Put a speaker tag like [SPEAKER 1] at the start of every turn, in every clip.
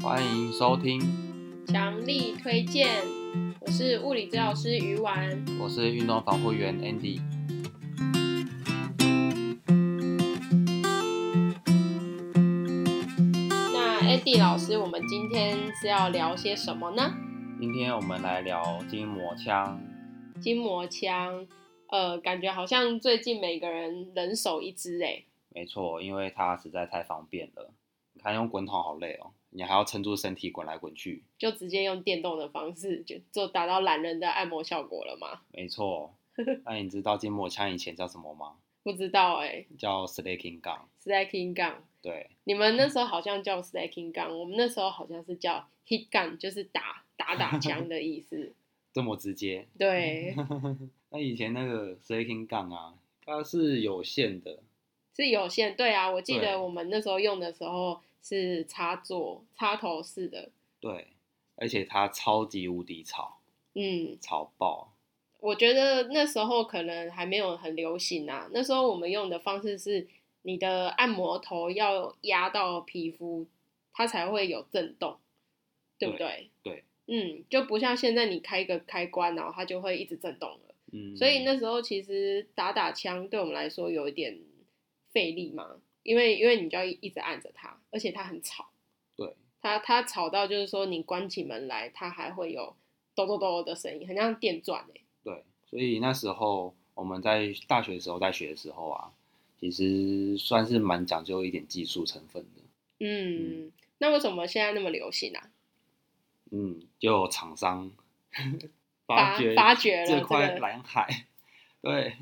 [SPEAKER 1] 欢迎收听，
[SPEAKER 2] 强力推荐。我是物理治疗师鱼丸，
[SPEAKER 1] 我是运动防护员 Andy。
[SPEAKER 2] 那 Andy 老师，我们今天是要聊些什么呢？
[SPEAKER 1] 今天我们来聊筋膜枪，
[SPEAKER 2] 筋膜枪，呃，感觉好像最近每个人人手一支哎、
[SPEAKER 1] 没错，因为它实在太方便了。你看用滚筒好累哦，你还要撑住身体滚来滚去。
[SPEAKER 2] 就直接用电动的方式就就达到懒人的按摩效果了吗？
[SPEAKER 1] 没 错，那你知道筋膜枪以前叫什么吗？
[SPEAKER 2] 不知道哎、
[SPEAKER 1] 叫 Slaking Gun。
[SPEAKER 2] s l a c k i n g gun，
[SPEAKER 1] 对，
[SPEAKER 2] 你们那时候好像叫 s l a c k i n g gun，我们那时候好像是叫 hit gun，就是打打打枪的意思。
[SPEAKER 1] 这么直接。
[SPEAKER 2] 对，
[SPEAKER 1] 那以前那个 Slaking Gun 啊，它是有线的，
[SPEAKER 2] 是有线，对啊，我记
[SPEAKER 1] 对
[SPEAKER 2] 得我们那时候用的时候是插座、插头式的，
[SPEAKER 1] 对，而且它超级无敌吵，
[SPEAKER 2] 嗯，
[SPEAKER 1] 吵爆。
[SPEAKER 2] 我觉得那时候可能还没有很流行啊，那时候我们用的方式是你的按摩头要压到皮肤，它才会有震动，对不对？
[SPEAKER 1] 对
[SPEAKER 2] 嗯，就不像现在你开一个开关，然后它就会一直震动了。
[SPEAKER 1] 嗯，
[SPEAKER 2] 所以那时候其实打打枪对我们来说有一点费力嘛，因为因为你就要一直按着它，而且它很吵。
[SPEAKER 1] 对，
[SPEAKER 2] 它它吵到就是说你关起门来，它还会有咚咚咚的声音，很像电钻哎、
[SPEAKER 1] 对，所以那时候我们在大学的时候在学的时候啊，其实算是蛮讲究一点技术成分的。
[SPEAKER 2] 嗯，那为什么现在那么流行啊？
[SPEAKER 1] 嗯，就有厂 商
[SPEAKER 2] 发
[SPEAKER 1] 掘
[SPEAKER 2] 发掘了
[SPEAKER 1] 这
[SPEAKER 2] 这
[SPEAKER 1] 块
[SPEAKER 2] 个，
[SPEAKER 1] 蓝海，对，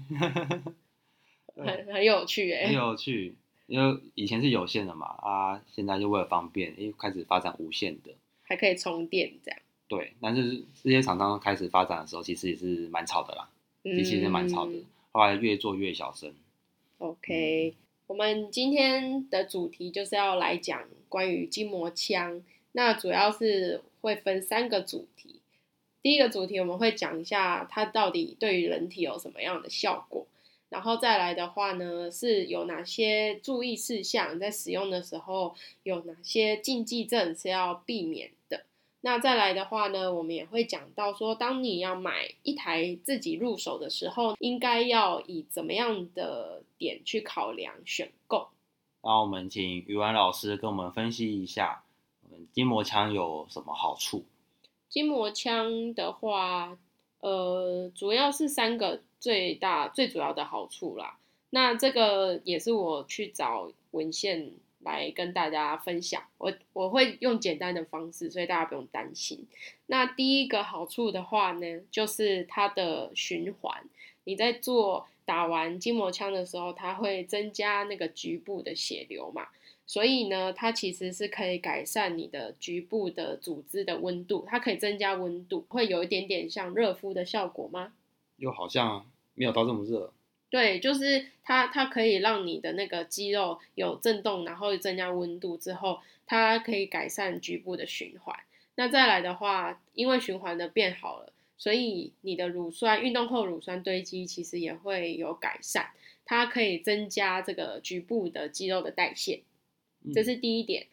[SPEAKER 1] 对
[SPEAKER 2] 很很有趣哎、
[SPEAKER 1] 很有趣。因为以前是有线的嘛，啊，现在就为了方便，又开始发展无线的。
[SPEAKER 2] 还可以充电这样。
[SPEAKER 1] 对，但是这些厂商开始发展的时候，其实也是蛮吵的啦，
[SPEAKER 2] 嗯，
[SPEAKER 1] 机器是蛮吵的。后来越做越小声。
[SPEAKER 2] OK，、我们今天的主题就是要来讲关于筋膜枪，那主要是会分三个主题。第一个主题我们会讲一下它到底对于人体有什么样的效果，然后再来的话呢是有哪些注意事项，在使用的时候有哪些禁忌症是要避免的。那再来的话呢，我们也会讲到说，当你要买一台自己入手的时候，应该要以怎么样的点去考量选购。
[SPEAKER 1] 那我们请语文老师跟我们分析一下，嗯，筋膜枪有什么好处？
[SPEAKER 2] 筋膜枪的话，呃，主要是三个最大最主要的好处啦。那这个也是我去找文献来跟大家分享，我我会用简单的方式，所以大家不用担心。那第一个好处的话呢，就是它的循环。你在做打完筋膜枪的时候，它会增加那个局部的血流嘛，所以呢，它其实是可以改善你的局部的组织的温度，它可以增加温度，会有一点点像热敷的效果吗？
[SPEAKER 1] 又好像没有到这么热，
[SPEAKER 2] 对，就是它，它可以让你的那个肌肉有震动，然后增加温度之后，它可以改善局部的循环。那再来的话，因为循环的变好了，所以你的乳酸运动后乳酸堆积其实也会有改善，它可以增加这个局部的肌肉的代谢。
[SPEAKER 1] 嗯
[SPEAKER 2] 这是第一点。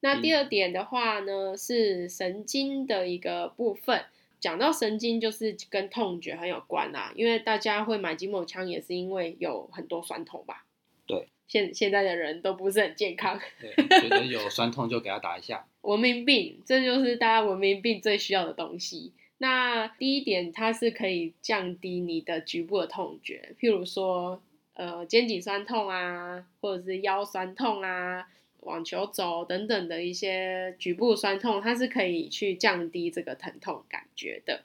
[SPEAKER 2] 那
[SPEAKER 1] 嗯
[SPEAKER 2] 第二点的话呢，是神经的一个部分。讲到神经，就是跟痛觉很有关啦、因为大家会买筋膜枪，也是因为有很多酸痛吧。
[SPEAKER 1] 对，
[SPEAKER 2] 现现在的人都不是很健康，
[SPEAKER 1] 对，觉得有酸痛就给他打一 下。
[SPEAKER 2] 文明病，这就是大家文明病最需要的东西。那第一点，它是可以降低你的局部的痛觉，譬如说，呃，肩颈酸痛啊，或者是腰酸痛啊，网球肘等等的一些局部酸痛，它是可以去降低这个疼痛感觉的。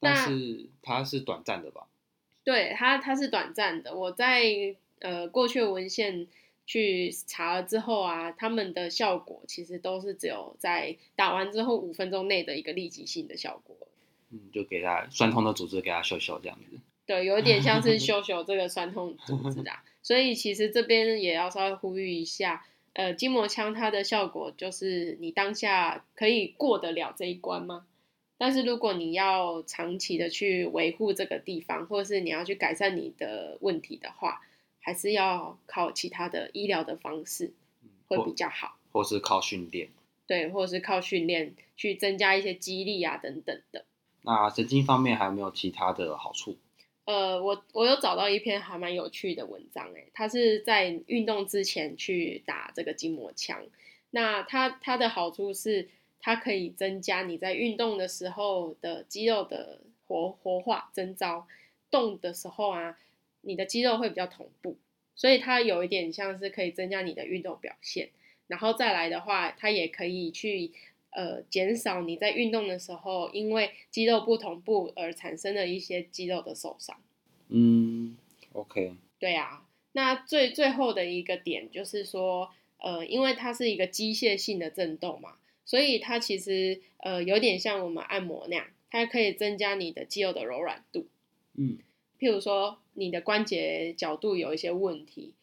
[SPEAKER 2] 那
[SPEAKER 1] 但是它是短暂的吧？
[SPEAKER 2] 对它，它是短暂的。我在呃过去的文献去查了之后啊，他们的效果其实都是只有在打完之后五分钟内的一个立即性的效果。
[SPEAKER 1] 嗯，就给他酸痛的组织给他修修这样子。
[SPEAKER 2] 对，有一点像是修修这个酸痛组织啊。所以其实这边也要稍微呼吁一下，呃，筋膜枪它的效果就是你当下可以过得了这一关吗？但是如果你要长期的去维护这个地方，或是你要去改善你的问题的话，还是要靠其他的医疗的方式会比
[SPEAKER 1] 或
[SPEAKER 2] 较好。
[SPEAKER 1] 或是靠训练，
[SPEAKER 2] 对，或者是靠训练去增加一些肌力啊等等的。
[SPEAKER 1] 那神经方面还有没有其他的好处？
[SPEAKER 2] 呃，我我有找到一篇还蛮有趣的文章、欸，诶，它是在运动之前去打这个筋膜枪。那它它的好处是，它可以增加你在运动的时候的肌肉的活活化增招。动的时候啊，你的肌肉会比较同步，所以它有一点像是可以增加你的运动表现。然后再来的话，它也可以去呃减少你在运动的时候因为肌肉不同步而产生的一些肌肉的受伤。
[SPEAKER 1] 嗯，OK，
[SPEAKER 2] 对啊，那最最后的一个点就是说，呃，因为它是一个机械性的震动嘛，所以它其实呃有点像我们按摩那样，它可以增加你的肌肉的柔软度。
[SPEAKER 1] 嗯
[SPEAKER 2] 譬如说你的关节角度有一些问题，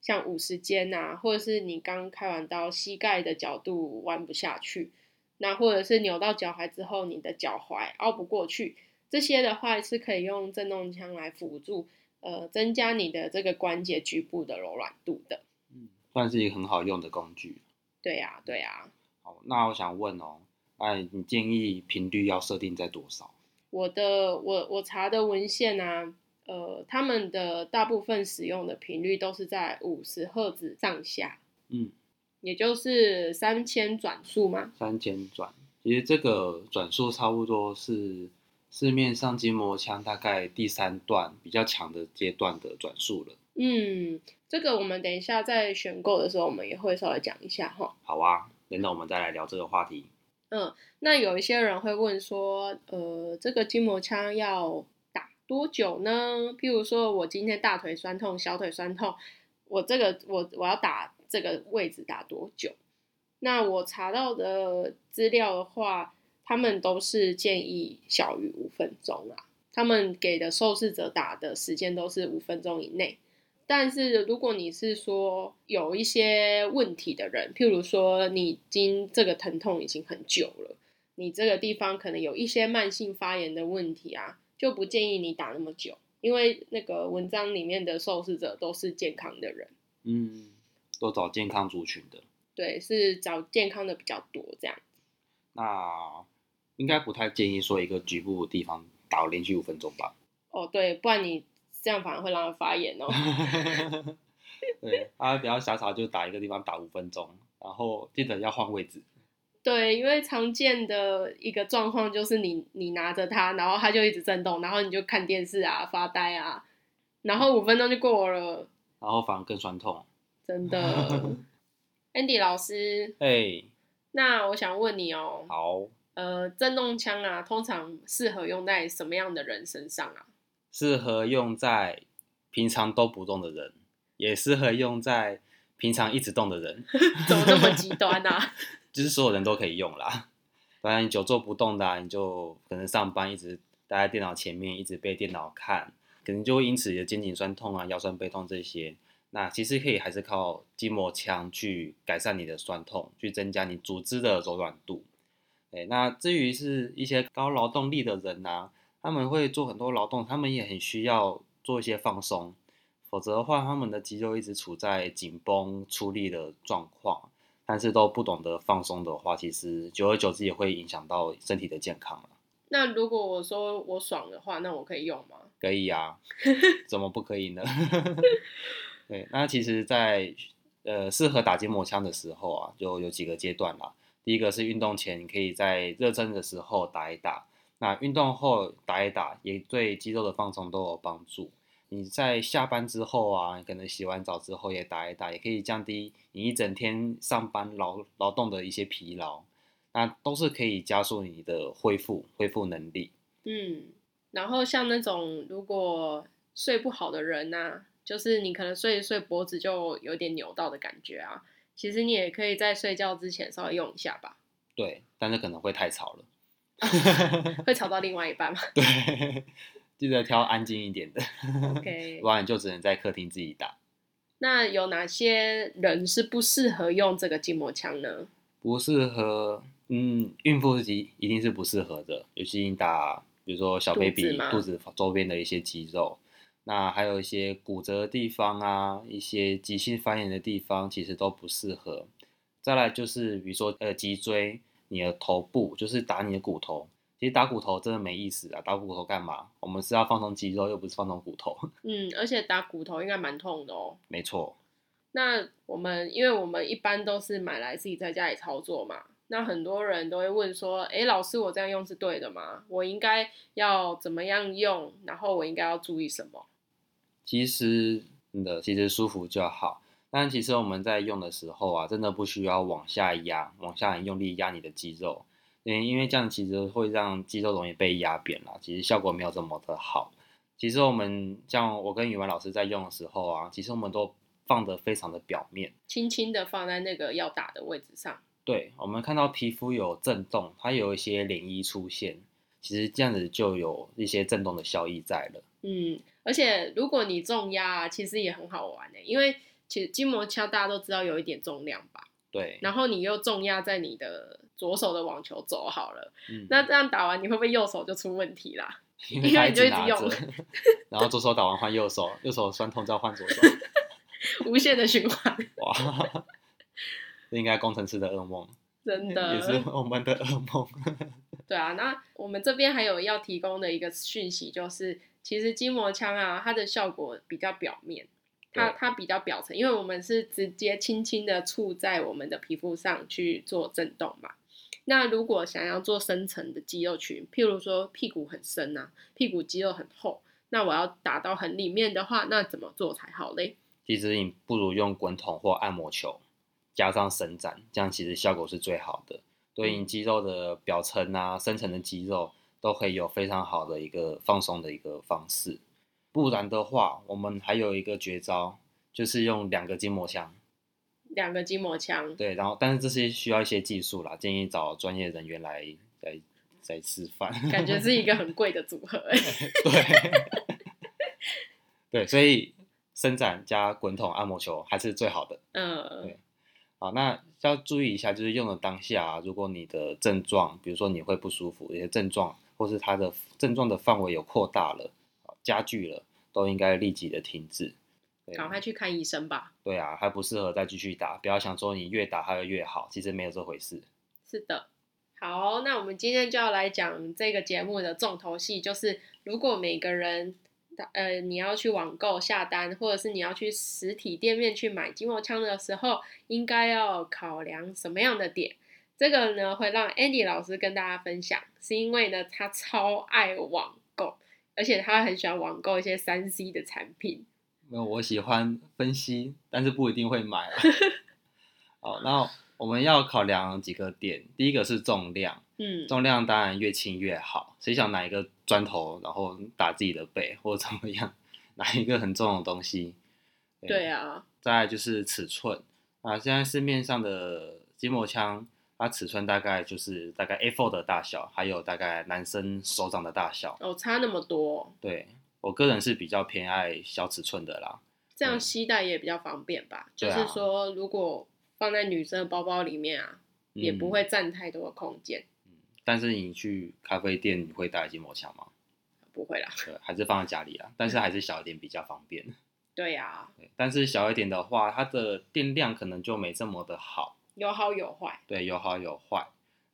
[SPEAKER 2] 像五十肩呐，或者是你刚开完刀膝盖的角度弯不下去，那或者是扭到脚踝之后你的脚踝凹不过去，这些的话是可以用震动枪来辅助，呃，增加你的这个关节局部的柔软度的。
[SPEAKER 1] 嗯，算是一个很好用的工具。
[SPEAKER 2] 对呀、对啊呀、
[SPEAKER 1] 好，那我想问哦，哎，你建议频率要设定在多少？
[SPEAKER 2] 我的我我查的文献啊，呃，他们的大部分使用的频率都是在五十赫兹上下，
[SPEAKER 1] 嗯，
[SPEAKER 2] 也就是三千转速吗？
[SPEAKER 1] 三千转，其实这个转速差不多是市面上筋膜枪大概第三段比较强的阶段的转速了。
[SPEAKER 2] 嗯，这个我们等一下在选购的时候，我们也会稍微讲一下哈。
[SPEAKER 1] 好啊，等等我们再来聊这个话题。
[SPEAKER 2] 那有一些人会问说，呃，这个筋膜枪要打多久呢？譬如说我今天大腿酸痛、小腿酸痛，我这个我我要打这个位置打多久？那我查到的资料的话，他们都是建议小于五分钟啊，他们给的受试者打的时间都是五分钟以内。但是如果你是说有一些问题的人，譬如说你已经这个疼痛已经很久了，你这个地方可能有一些慢性发炎的问题啊，就不建议你打那么久，因为那个文章里面的受试者都是健康的人，
[SPEAKER 1] 嗯，都找健康族群的，
[SPEAKER 2] 对，是找健康的比较多这样。
[SPEAKER 1] 那应该不太建议说一个局部的地方打连续五分钟吧。
[SPEAKER 2] 哦，对，不然你这样反而会让它发炎哦。
[SPEAKER 1] 对，大家不要傻傻就打一个地方打五分钟，然后记得要换位置。
[SPEAKER 2] 对，因为常见的一个状况就是你你拿着它，然后它就一直震动，然后你就看电视啊、发呆啊，然后五分钟就过了，
[SPEAKER 1] 然后反而更酸痛。
[SPEAKER 2] 真的。Andy 老师，
[SPEAKER 1] 嘿，
[SPEAKER 2] 那我想问你哦，
[SPEAKER 1] 哎好，
[SPEAKER 2] 呃，震动枪啊，通常适合用在什么样的人身上啊？
[SPEAKER 1] 适合用在平常都不动的人，也适合用在平常一直动的人，
[SPEAKER 2] 怎么那么极端啊？
[SPEAKER 1] 就是所有人都可以用啦。当然，你久坐不动的、啊，你就可能上班一直待在电脑前面，一直被电脑看，可能就会因此有肩颈酸痛啊、腰酸背痛这些。那其实可以还是靠筋膜枪去改善你的酸痛，去增加你组织的柔软度。哎，那至于是一些高劳动力的人呐、他们会做很多劳动，他们也很需要做一些放松，否则的话，他们的肌肉一直处在紧绷出力的状况，但是都不懂得放松的话，其实久而久之也会影响到身体的健康了。
[SPEAKER 2] 那如果我说我爽的话，那我可以用吗？
[SPEAKER 1] 可以啊，怎么不可以呢？ 对，那其实在，呃适合打筋膜枪的时候啊，就有几个阶段啦。第一个是运动前，你可以在热身的时候打一打；那运动后打一打，也对肌肉的放松都有帮助。你在下班之后啊，你可能洗完澡之后也打一打，也可以降低你一整天上班劳劳动的一些疲劳，那都是可以加速你的恢复恢复能力。
[SPEAKER 2] 嗯，然后像那种如果睡不好的人呐、啊就是你可能睡一睡脖子就有点扭到的感觉啊，其实你也可以在睡觉之前稍微用一下吧，
[SPEAKER 1] 对，但是可能会太吵了。
[SPEAKER 2] 会吵到另外一半吗
[SPEAKER 1] 对，记得挑安静一点的，
[SPEAKER 2] ？OK，
[SPEAKER 1] 不然你就只能在客厅自己打。
[SPEAKER 2] 那有哪些人是不适合用这个筋膜枪呢？
[SPEAKER 1] 不适合，嗯，孕妇肌一定是不适合的，尤其你打，比如说小
[SPEAKER 2] 肚子
[SPEAKER 1] baby
[SPEAKER 2] 吗
[SPEAKER 1] 肚子周边的一些肌肉，那还有一些骨折的地方啊，一些急性发炎的地方，其实都不适合。再来就是比如说呃脊椎、你的头部，就是打你的骨头。其实打骨头真的没意思啊，打骨头干嘛？我们是要放松肌肉，又不是放松骨头。
[SPEAKER 2] 嗯，而且打骨头应该蛮痛的哦。
[SPEAKER 1] 没错，
[SPEAKER 2] 那我们因为我们一般都是买来自己在家里操作嘛，那很多人都会问说，诶，老师，我这样用是对的吗？我应该要怎么样用？然后我应该要注意什么？
[SPEAKER 1] 其实你的其实舒服就好。但其实我们在用的时候啊，真的不需要往下压，往下很用力压你的肌肉，因因为这样其实会让肌肉容易被压扁啦，其实效果没有这么的好。其实我们像我跟语文老师在用的时候啊，其实我们都放的非常的表面，
[SPEAKER 2] 轻轻的放在那个要打的位置上。
[SPEAKER 1] 对我们看到皮肤有震动，它有一些涟漪出现，其实这样子就有一些震动的效益在了。
[SPEAKER 2] 嗯，而且如果你重压、啊，其实也很好玩的、欸因为其实筋膜枪大家都知道有一点重量吧，
[SPEAKER 1] 对，
[SPEAKER 2] 然后你又重压在你的左手的网球肘好了，
[SPEAKER 1] 嗯
[SPEAKER 2] 那这样打完你会不会右手就出问题啦？
[SPEAKER 1] 因
[SPEAKER 2] 因为
[SPEAKER 1] 它
[SPEAKER 2] 你就一直
[SPEAKER 1] 拿
[SPEAKER 2] 用
[SPEAKER 1] 着， 然后左手打完换右手，右手酸痛再换左手，
[SPEAKER 2] 无限的循环，
[SPEAKER 1] 哇，这应该工程师的噩梦，
[SPEAKER 2] 真的
[SPEAKER 1] 也是我们的噩梦。
[SPEAKER 2] 对啊，那我们这边还有要提供的一个讯息，就是其实筋膜枪啊，它的效果比较表面，它
[SPEAKER 1] 对
[SPEAKER 2] 它比较表层，因为我们是直接轻轻的触在我们的皮肤上去做震动嘛。那如果想要做深层的肌肉群，譬如说屁股很深啊，屁股肌肉很厚，那我要打到很里面的话，那怎么做才好嘞？
[SPEAKER 1] 其实你不如用滚筒或按摩球，加上伸展，这样其实效果是最好的，对你肌肉的表层啊、深层的肌肉都可以有非常好的一个放松的一个方式。不然的话，我们还有一个绝招，就是用两个筋膜枪。
[SPEAKER 2] 两个筋膜枪，
[SPEAKER 1] 对，然后但是这些需要一些技术啦，建议找专业人员来来来示范。
[SPEAKER 2] 感觉是一个很贵的组合、欸。
[SPEAKER 1] 对，对，所以伸展加滚筒按摩球还是最好的。
[SPEAKER 2] 嗯，
[SPEAKER 1] 好，那要注意一下，就是用的当下啊、如果你的症状，比如说你会不舒服，有些症状，或是它的症状的范围有扩大了、啊加剧了，都应该立即的停止。对
[SPEAKER 2] 赶快去看医生吧。
[SPEAKER 1] 对啊，还不适合再继续打，不要想说你越打它会越好，其实没有这回事。
[SPEAKER 2] 是的，好，那我们今天就要来讲这个节目的重头戏，就是如果每个人，呃，你要去网购下单，或者是你要去实体店面去买筋膜枪的时候，应该要考量什么样的点？这个呢，会让 Andy 老师跟大家分享，是因为呢，他超爱网购，而且他很喜欢网购一些三 C 的产品。
[SPEAKER 1] 没有，我喜欢分析，但是不一定会买、 啊。好，那我们要考量几个点，第一个是重量，
[SPEAKER 2] 嗯，
[SPEAKER 1] 重量当然越轻越好，谁想拿一个砖头然后打自己的背或者怎么样，拿一个很重的东西。
[SPEAKER 2] 对啊，
[SPEAKER 1] 再来就是尺寸啊，现在市面上的筋膜枪，它尺寸大概就是大概 A4 的大小，还有大概男生手掌的大小。
[SPEAKER 2] 哦，差那么多，
[SPEAKER 1] 对我个人是比较偏爱小尺寸的啦。
[SPEAKER 2] 这样
[SPEAKER 1] 嗯
[SPEAKER 2] 携带也比较方便吧。就
[SPEAKER 1] 对啊
[SPEAKER 2] 是说，如果放在女生的包包里面啊，也不
[SPEAKER 1] 嗯
[SPEAKER 2] 会占太多的空间。
[SPEAKER 1] 但是你去咖啡店，你会带筋膜 枪吗？
[SPEAKER 2] 不会啦，
[SPEAKER 1] 对，还是放在家里啊。但是还是小一点比较方便。
[SPEAKER 2] 对啊呀、
[SPEAKER 1] 对，但是小一点的话，它的电量可能就没这么的好。
[SPEAKER 2] 有好有坏。
[SPEAKER 1] 对，有好有坏。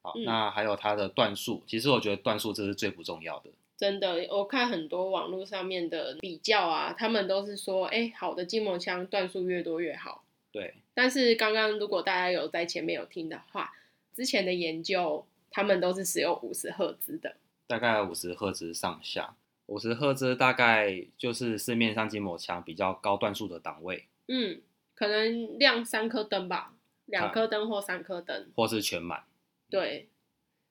[SPEAKER 1] 好，
[SPEAKER 2] 嗯
[SPEAKER 1] 那还有它的段数，其实我觉得段数这是最不重要的。
[SPEAKER 2] 真的，我看很多网络上面的比较啊，他们都是说，哎、好的筋膜枪段数越多越好。
[SPEAKER 1] 对，
[SPEAKER 2] 但是刚刚如果大家有在前面有听的话，之前的研究他们都是使用五十赫兹的，
[SPEAKER 1] 大概五十赫兹上下。五十赫兹大概就是市面上筋膜枪比较高段数的档位，
[SPEAKER 2] 嗯，可能亮三颗灯吧，两
[SPEAKER 1] 啊
[SPEAKER 2] 颗灯或三颗灯，
[SPEAKER 1] 或是全满。
[SPEAKER 2] 对，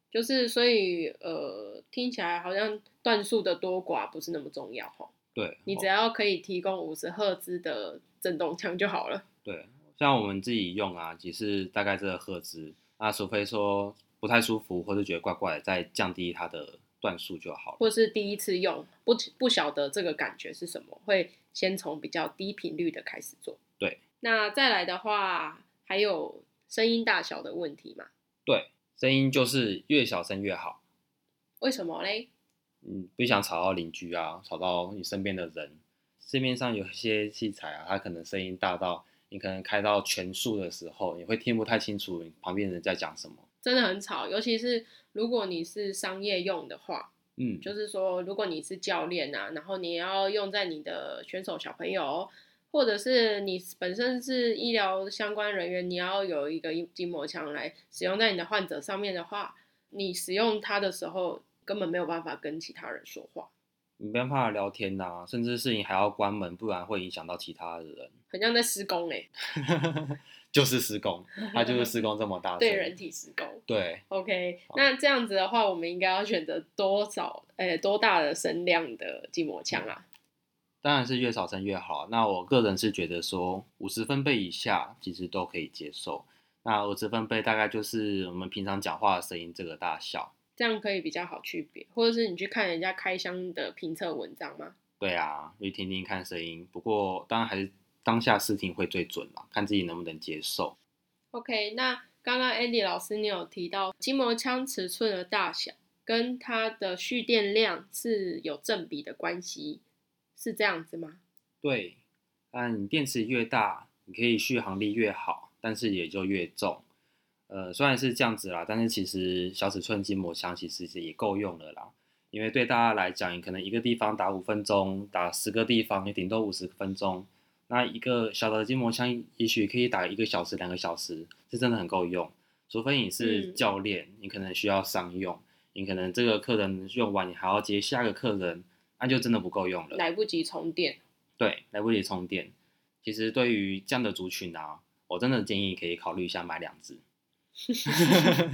[SPEAKER 2] 就是所以呃，听起来好像段数的多寡不是那么重要吼，
[SPEAKER 1] 对，
[SPEAKER 2] 你只要可以提供五十赫兹的震动枪就好了。
[SPEAKER 1] 对，像我们自己用啊，也是大概这个赫兹。那除非说不太舒服或是觉得怪怪的，再降低它的段数就好了。
[SPEAKER 2] 或是第一次用，不不晓得这个感觉是什么，会先从比较低频率的开始做。
[SPEAKER 1] 对，
[SPEAKER 2] 那再来的话，还有声音大小的问题嘛？
[SPEAKER 1] 对，声音就是越小声越好。
[SPEAKER 2] 为什么嘞？
[SPEAKER 1] 嗯，不想吵到邻居啊，吵到你身边的人。市面上有一些器材啊，它可能声音大到你你可能开到全速的时候，你会听不太清楚你旁边人在讲什么。
[SPEAKER 2] 真的很吵，尤其是如果你是商业用的话，
[SPEAKER 1] 嗯，
[SPEAKER 2] 就是说如果你是教练啊，然后你也要用在你的选手小朋友，或者是你本身是医疗相关人员，你要有一个筋膜枪来使用在你的患者上面的话，你使用它的时候根本没有办法跟其他人说话，
[SPEAKER 1] 你没办法聊天呐、甚至是你还要关门，不然会影响到其他的人。
[SPEAKER 2] 很像在施工哎、
[SPEAKER 1] 就是施工，它啊就是施工这么大声。
[SPEAKER 2] 对人体施工。
[SPEAKER 1] 对
[SPEAKER 2] OK，那这样子的话，我们应该要选择多少，呃、多大的声量的筋膜枪啊？
[SPEAKER 1] 当然是越少声越好。那我个人是觉得说，五十分贝以下其实都可以接受。那五十分贝大概就是我们平常讲话的声音这个大小。
[SPEAKER 2] 这样可以比较好区别，或者是你去看人家开箱的评测文章吗？
[SPEAKER 1] 对啊，去听听看声音。不过当然还是当下试听会最准啦，看自己能不能接受。
[SPEAKER 2] OK，那刚刚 Andy 老师你有提到筋膜枪尺寸的大小跟它的蓄电量是有正比的关系，是这样子吗？
[SPEAKER 1] 对，但你电池越大，你可以续航力越好，但是也就越重。呃，虽然是这样子啦，但是其实小尺寸筋膜枪其实也够用了啦。因为对大家来讲，你可能一个地方打五分钟，打十个地方，你顶多五十分钟。那一个小的筋膜枪，也许可以打一个小时、两个小时，是真的很够用。除非你是
[SPEAKER 2] 嗯
[SPEAKER 1] 教练，你可能需要商用，你可能这个客人用完，你还要接下个客人，那就真的不够用了。
[SPEAKER 2] 来不及充 电，
[SPEAKER 1] 对，来不及充电。其实对于这样的族群啊，我真的建议可以考虑一下买两只。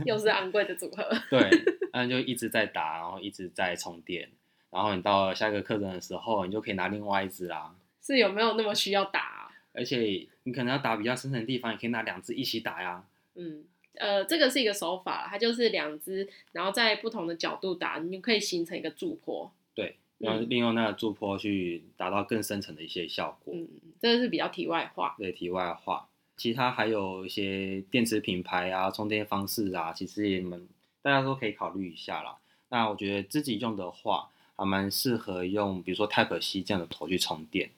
[SPEAKER 2] 又是昂贵的组合。
[SPEAKER 1] 对，那就一直在打，然后一直在充电，然后你到下一个课程的时候，你就可以拿另外一只啦。
[SPEAKER 2] 是有没有那么需要打啊、
[SPEAKER 1] 而且你可能要打比较深层的地方，也可以拿两只一起打呀。
[SPEAKER 2] 嗯，呃，这个是一个手法啦，它就是两只，然后在不同的角度打，你就可以形成一个助坡。
[SPEAKER 1] 对，然后
[SPEAKER 2] 嗯
[SPEAKER 1] 利用那个助坡去达到更深层的一些效果。
[SPEAKER 2] 嗯，这个是比较题外话。
[SPEAKER 1] 对，题外话，其他还有一些电池品牌啊、充电方式啊，其实也们大家都可以考虑一下啦。那我觉得自己用的话，还蛮适合用，比如说 Type C 这样的头去充电，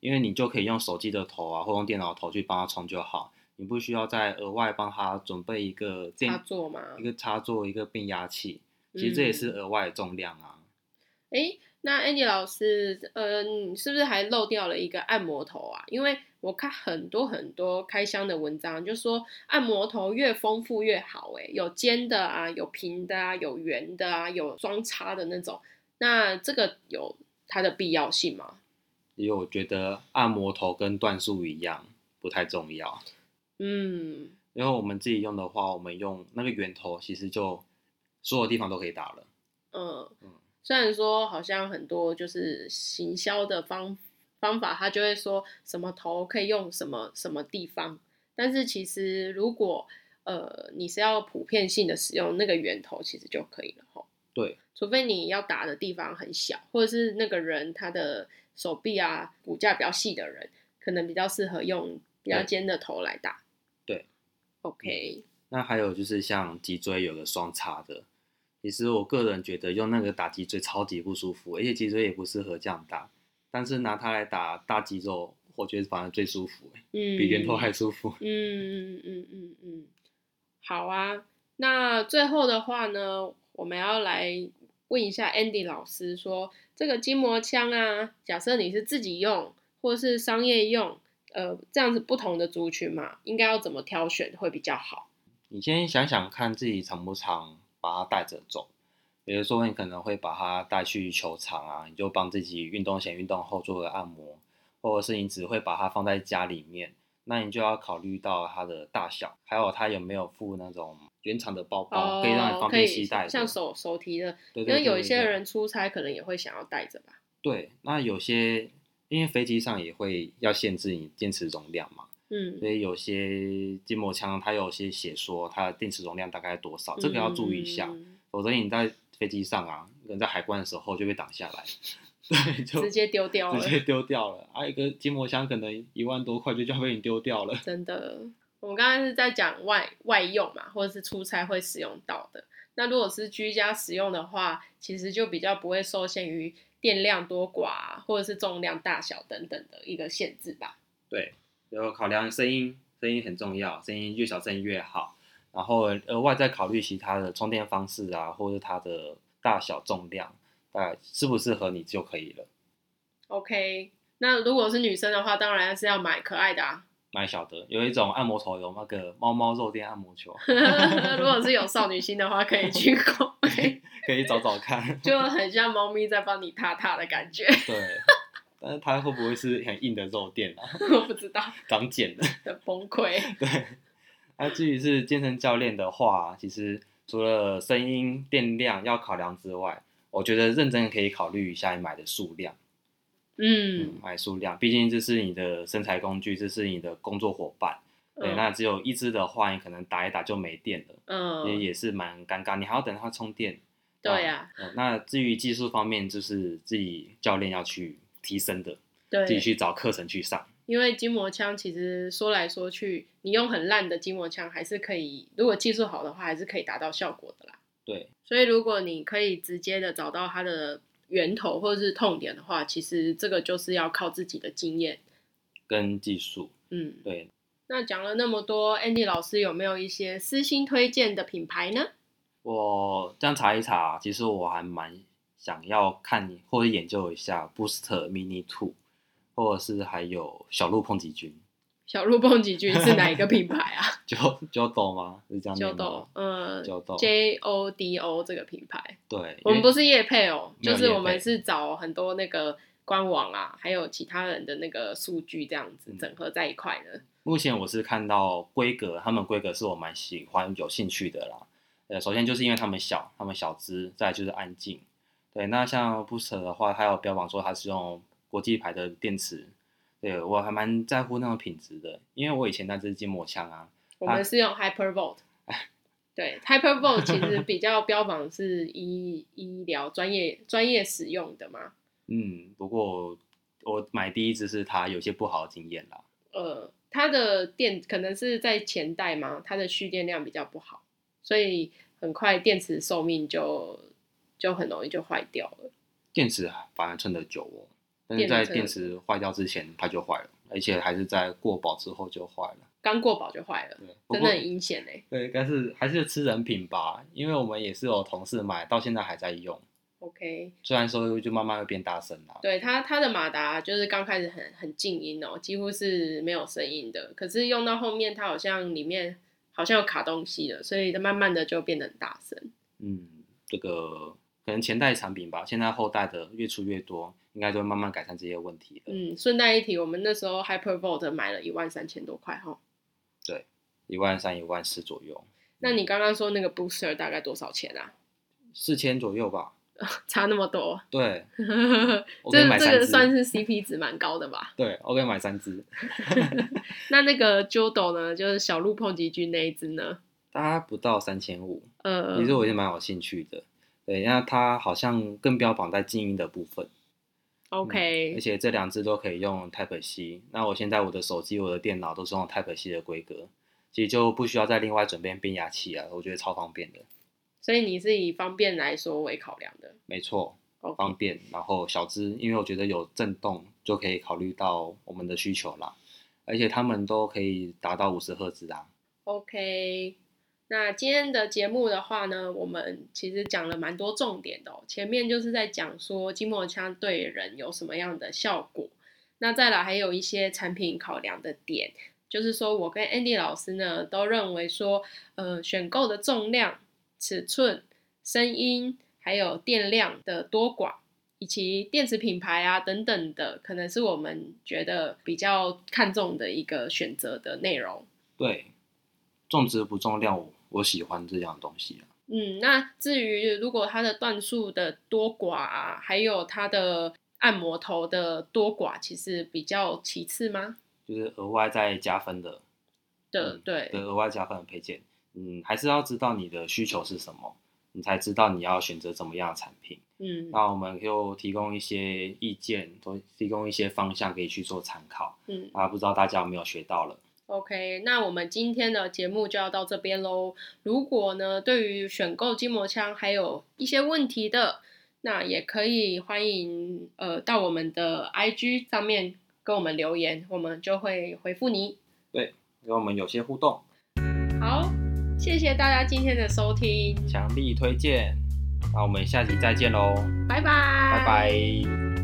[SPEAKER 1] 因为你就可以用手机的头啊，或用电脑头去帮它充就好，你不需要再额外帮它准备一个电
[SPEAKER 2] 插座嘛
[SPEAKER 1] 一个插座、一个变压器，其实这也
[SPEAKER 2] 嗯
[SPEAKER 1] 是额外的重量啊。
[SPEAKER 2] 诶，那 Andy 老师，呃，你是不是还漏掉了一个按摩头啊？因为我看很多很多开箱的文章，就说按摩头越丰富越好、诶，有尖的啊，有平的啊，有圆的啊，有双叉的那种。那这个有它的必要性吗？
[SPEAKER 1] 因为我觉得按摩头跟段数一样不太重要。
[SPEAKER 2] 嗯，
[SPEAKER 1] 因为我们自己用的话，我们用那个圆头，其实就所有地方都可以打了。
[SPEAKER 2] 嗯
[SPEAKER 1] 嗯，
[SPEAKER 2] 虽然说好像很多就是行销的方方法，他就会说什么头可以用什么什么地方，但是其实如果呃你是要普遍性的使用那个源头，其实就可以了吼。
[SPEAKER 1] 对，
[SPEAKER 2] 除非你要打的地方很小，或者是那个人他的手臂啊骨架比较细的人，可能比较适合用比较
[SPEAKER 1] 对
[SPEAKER 2] 尖的头来打。
[SPEAKER 1] 对
[SPEAKER 2] ，OK，
[SPEAKER 1] 那还有就是像脊椎有个双叉的，其实我个人觉得用那个打脊椎超级不舒服，而且脊椎也不适合这样打。但是拿它来打大肌肉，我觉得反而最舒服、欸
[SPEAKER 2] 嗯，
[SPEAKER 1] 比圆头还舒服。
[SPEAKER 2] 嗯嗯嗯嗯嗯，好啊。那最后的话呢，我们要来问一下 Andy 老师说这个筋膜枪啊，假设你是自己用或是商业用，呃，这样子不同的族群嘛，应该要怎么挑选会比较好？
[SPEAKER 1] 你先想想看自己常不常把它带着走，比如说你可能会把它带去球场啊，你就帮自己运动前、运动后做个按摩，或者是你只会把它放在家里面，那你就要考虑到它的大小，还有它有没有附那种原厂的包包，哦可以让你方
[SPEAKER 2] 哦可以
[SPEAKER 1] 便携带的，
[SPEAKER 2] 像手手提的，
[SPEAKER 1] 对，对
[SPEAKER 2] 因为有一些。
[SPEAKER 1] 对对
[SPEAKER 2] 人出差可能也会想要带着吧。
[SPEAKER 1] 对，那有些因为飞机上也会要限制你电池容量嘛，
[SPEAKER 2] 嗯
[SPEAKER 1] 所以有些筋膜枪它有些写说它的电池容量大概多少，这个要注意一下。
[SPEAKER 2] 嗯
[SPEAKER 1] 否则你在飞机上啊，可能在海关的时候就被挡下来， 对，就
[SPEAKER 2] 直接丢掉了
[SPEAKER 1] 直。接丢掉了。啊，一个筋膜枪可能一万多块就就要被你丢掉了。
[SPEAKER 2] 真的，我们刚才是在讲外外用嘛，或者是出差会使用到的。那如果是居家使用的话，其实就比较不会受限于电量多寡啊、或者是重量大小等等的一个限制吧。
[SPEAKER 1] 对，有考量声音，声音很重要，声音越小声越好。然后额外再考虑其他的充电方式啊，或是它的大小、重量，大概适不适合你就可以了。
[SPEAKER 2] OK，那如果是女生的话，当然是要买可爱的啊。
[SPEAKER 1] 蛮小的，有一种按摩头有那个猫猫肉垫按摩 球，
[SPEAKER 2] 如果是有少女心的话，可以去购买，
[SPEAKER 1] 可以找找看。
[SPEAKER 2] 就很像猫咪在帮你踏踏的感觉。
[SPEAKER 1] 对， 但是它会不会是很硬的肉垫啊？
[SPEAKER 2] 我不知道，
[SPEAKER 1] 长茧的。
[SPEAKER 2] 很崩溃。
[SPEAKER 1] 对，那至于是健身教练的话，其实除了声音、电量要考量之外，我觉得认真可以考虑一下你买的数量，
[SPEAKER 2] 嗯，
[SPEAKER 1] 买数量，毕竟这是你的身材工具，这是你的工作伙伴。
[SPEAKER 2] 嗯
[SPEAKER 1] 对，那只有一只的话，你可能打一打就没电了，也、
[SPEAKER 2] 嗯，
[SPEAKER 1] 也是蛮尴尬，你还要等它充电。
[SPEAKER 2] 对啊呀、
[SPEAKER 1] 嗯那至于技术方面，就是自己教练要去提升的，自己
[SPEAKER 2] 对，
[SPEAKER 1] 去找课程去上。
[SPEAKER 2] 因为筋膜枪其实说来说去，你用很烂的筋膜枪还是可以，如果技术好的话，还是可以达到效果的啦。
[SPEAKER 1] 对，
[SPEAKER 2] 所以如果你可以直接的找到它的源头或者是痛点的话，其实这个就是要靠自己的经验。
[SPEAKER 1] 跟技术，
[SPEAKER 2] 嗯，
[SPEAKER 1] 对。
[SPEAKER 2] 那讲了那么多，Andy 老师有没有一些私心推荐的品牌呢？
[SPEAKER 1] 我这样查一查，其实我还蛮想要看你或者研究一下 Booster Mini Two，或者是还有小鹿碰击君，
[SPEAKER 2] 小鹿蹦极君是哪一个品牌 啊？
[SPEAKER 1] 九九斗吗？是这样
[SPEAKER 2] 九
[SPEAKER 1] 念
[SPEAKER 2] 斗
[SPEAKER 1] 吗？，
[SPEAKER 2] 呃
[SPEAKER 1] 九斗，
[SPEAKER 2] ，J O D O 这个品牌，
[SPEAKER 1] 对，
[SPEAKER 2] 我们不
[SPEAKER 1] 是
[SPEAKER 2] 是叶配哦，
[SPEAKER 1] 没有
[SPEAKER 2] 就是我
[SPEAKER 1] 业
[SPEAKER 2] 们
[SPEAKER 1] 配
[SPEAKER 2] 是找很多那个官网啊，还有其他人的那个数据这样子
[SPEAKER 1] 嗯
[SPEAKER 2] 整合在一块的。
[SPEAKER 1] 目前我是看到规格，他们规格是我蛮喜欢、有兴趣的啦。呃，首先就是因为他们小，他们小只，再来就是安静。对，那像 Booster 的话，它有标榜说它是用国际牌的电池，对我还蛮在乎那种品质的，因为我以前那只筋膜枪啊，
[SPEAKER 2] 我们是用 Hypervolt。对，Hypervolt 其实比较标榜是医医疗专业专业使用的嘛。
[SPEAKER 1] 嗯，不过我我买第一只是它有些不好的经验啦，
[SPEAKER 2] 呃，它的电可能是在前代嘛，它的蓄电量比较不好，所以很快电池寿命就就很容易就坏掉了。
[SPEAKER 1] 电池啊反而撑得久哦，但是在
[SPEAKER 2] 电
[SPEAKER 1] 电
[SPEAKER 2] 池
[SPEAKER 1] 池坏掉之前它就坏了，而且还是在过保之后就坏了。
[SPEAKER 2] 刚过保就坏了，
[SPEAKER 1] 对，不
[SPEAKER 2] 真
[SPEAKER 1] 过
[SPEAKER 2] 的很阴险哎。
[SPEAKER 1] 对，但是还是吃人品吧，因为我们也是有同事买，到现在还在用，
[SPEAKER 2] OK，
[SPEAKER 1] 虽然说就慢慢会变大声啦。
[SPEAKER 2] 对它它的马达就是刚开始很很静音哦，几乎是没有声音的。可是用到后面，它好像里面好像有卡东西了，所以它慢慢的就变得很大声。
[SPEAKER 1] 嗯，这个可能前代产品吧，现在后代的越出越多，应该就会慢慢改善这些问题了。
[SPEAKER 2] 嗯，顺带一提，我们那时候 Hypervolt 买了一万三千多块哈、哦。
[SPEAKER 1] 一万三、一万四左右，
[SPEAKER 2] 那你刚刚说那个 Booster 大概多少钱啊？
[SPEAKER 1] 四千左右吧？
[SPEAKER 2] 差那么多，
[SPEAKER 1] 对，我可以
[SPEAKER 2] 这
[SPEAKER 1] 买
[SPEAKER 2] 这
[SPEAKER 1] 三
[SPEAKER 2] 个
[SPEAKER 1] 只。
[SPEAKER 2] 算是 CP 值蛮高的吧？
[SPEAKER 1] 对，我可以买三只。
[SPEAKER 2] 那那个 Jodo 呢，就是小鹿碰击君那一只呢？
[SPEAKER 1] 它不到三千五，
[SPEAKER 2] 呃
[SPEAKER 1] 其，实我也蛮有兴趣的。对，那它好像更标榜在静音的部分。
[SPEAKER 2] OK，、
[SPEAKER 1] 而且这两只都可以用 Type C。那我现在我的手机、我的电脑都是用 Type C 的规格，其实就不需要再另外准备变压器啊，我觉得超方便的。
[SPEAKER 2] 所以你是以方便来说为考量的。
[SPEAKER 1] 没错，方
[SPEAKER 2] OK，
[SPEAKER 1] 便。然后小只，因为我觉得有震动就可以考虑到我们的需求啦，而且它们都可以达到五十赫兹啊。
[SPEAKER 2] OK，那今天的节目的话呢，我们其实讲了蛮多重点的、哦。前面就是在讲说筋膜枪对人有什么样的效果，那再来还有一些产品考量的点，就是说我跟 Andy 老师呢都认为说，呃，选购的重量、尺寸、声音还有电量的多寡。以及电池品牌啊等等的，可能是我们觉得比较看重的一个选择的内容。
[SPEAKER 1] 对，重质不重量，我我喜欢这样的东西啊。
[SPEAKER 2] 嗯，那至于如果它的段数的多寡、啊，还有它的按摩头的多寡，其实比较其次吗？
[SPEAKER 1] 就是额外再加分的，
[SPEAKER 2] 的、
[SPEAKER 1] 嗯
[SPEAKER 2] 对，
[SPEAKER 1] 对，额外加分的配件，嗯，还是要知道你的需求是什么，你才知道你要选择怎么样的产品。
[SPEAKER 2] 嗯
[SPEAKER 1] 那我们就提供一些意见，都提供一些方向可以去做参考。
[SPEAKER 2] 嗯
[SPEAKER 1] 啊，不知道大家有没有学到了？
[SPEAKER 2] ，OK，那我们今天的节目就要到这边喽。如果呢，对于选购筋膜枪还有一些问题的，那也可以欢迎呃到我们的 IG 上面跟我们留言，我们就会回复你。
[SPEAKER 1] 跟我们有些互动，
[SPEAKER 2] 好，谢谢大家今天的收听，
[SPEAKER 1] 强力推荐。那我们下集再见喽，
[SPEAKER 2] 拜拜，
[SPEAKER 1] 拜
[SPEAKER 2] 拜
[SPEAKER 1] 拜。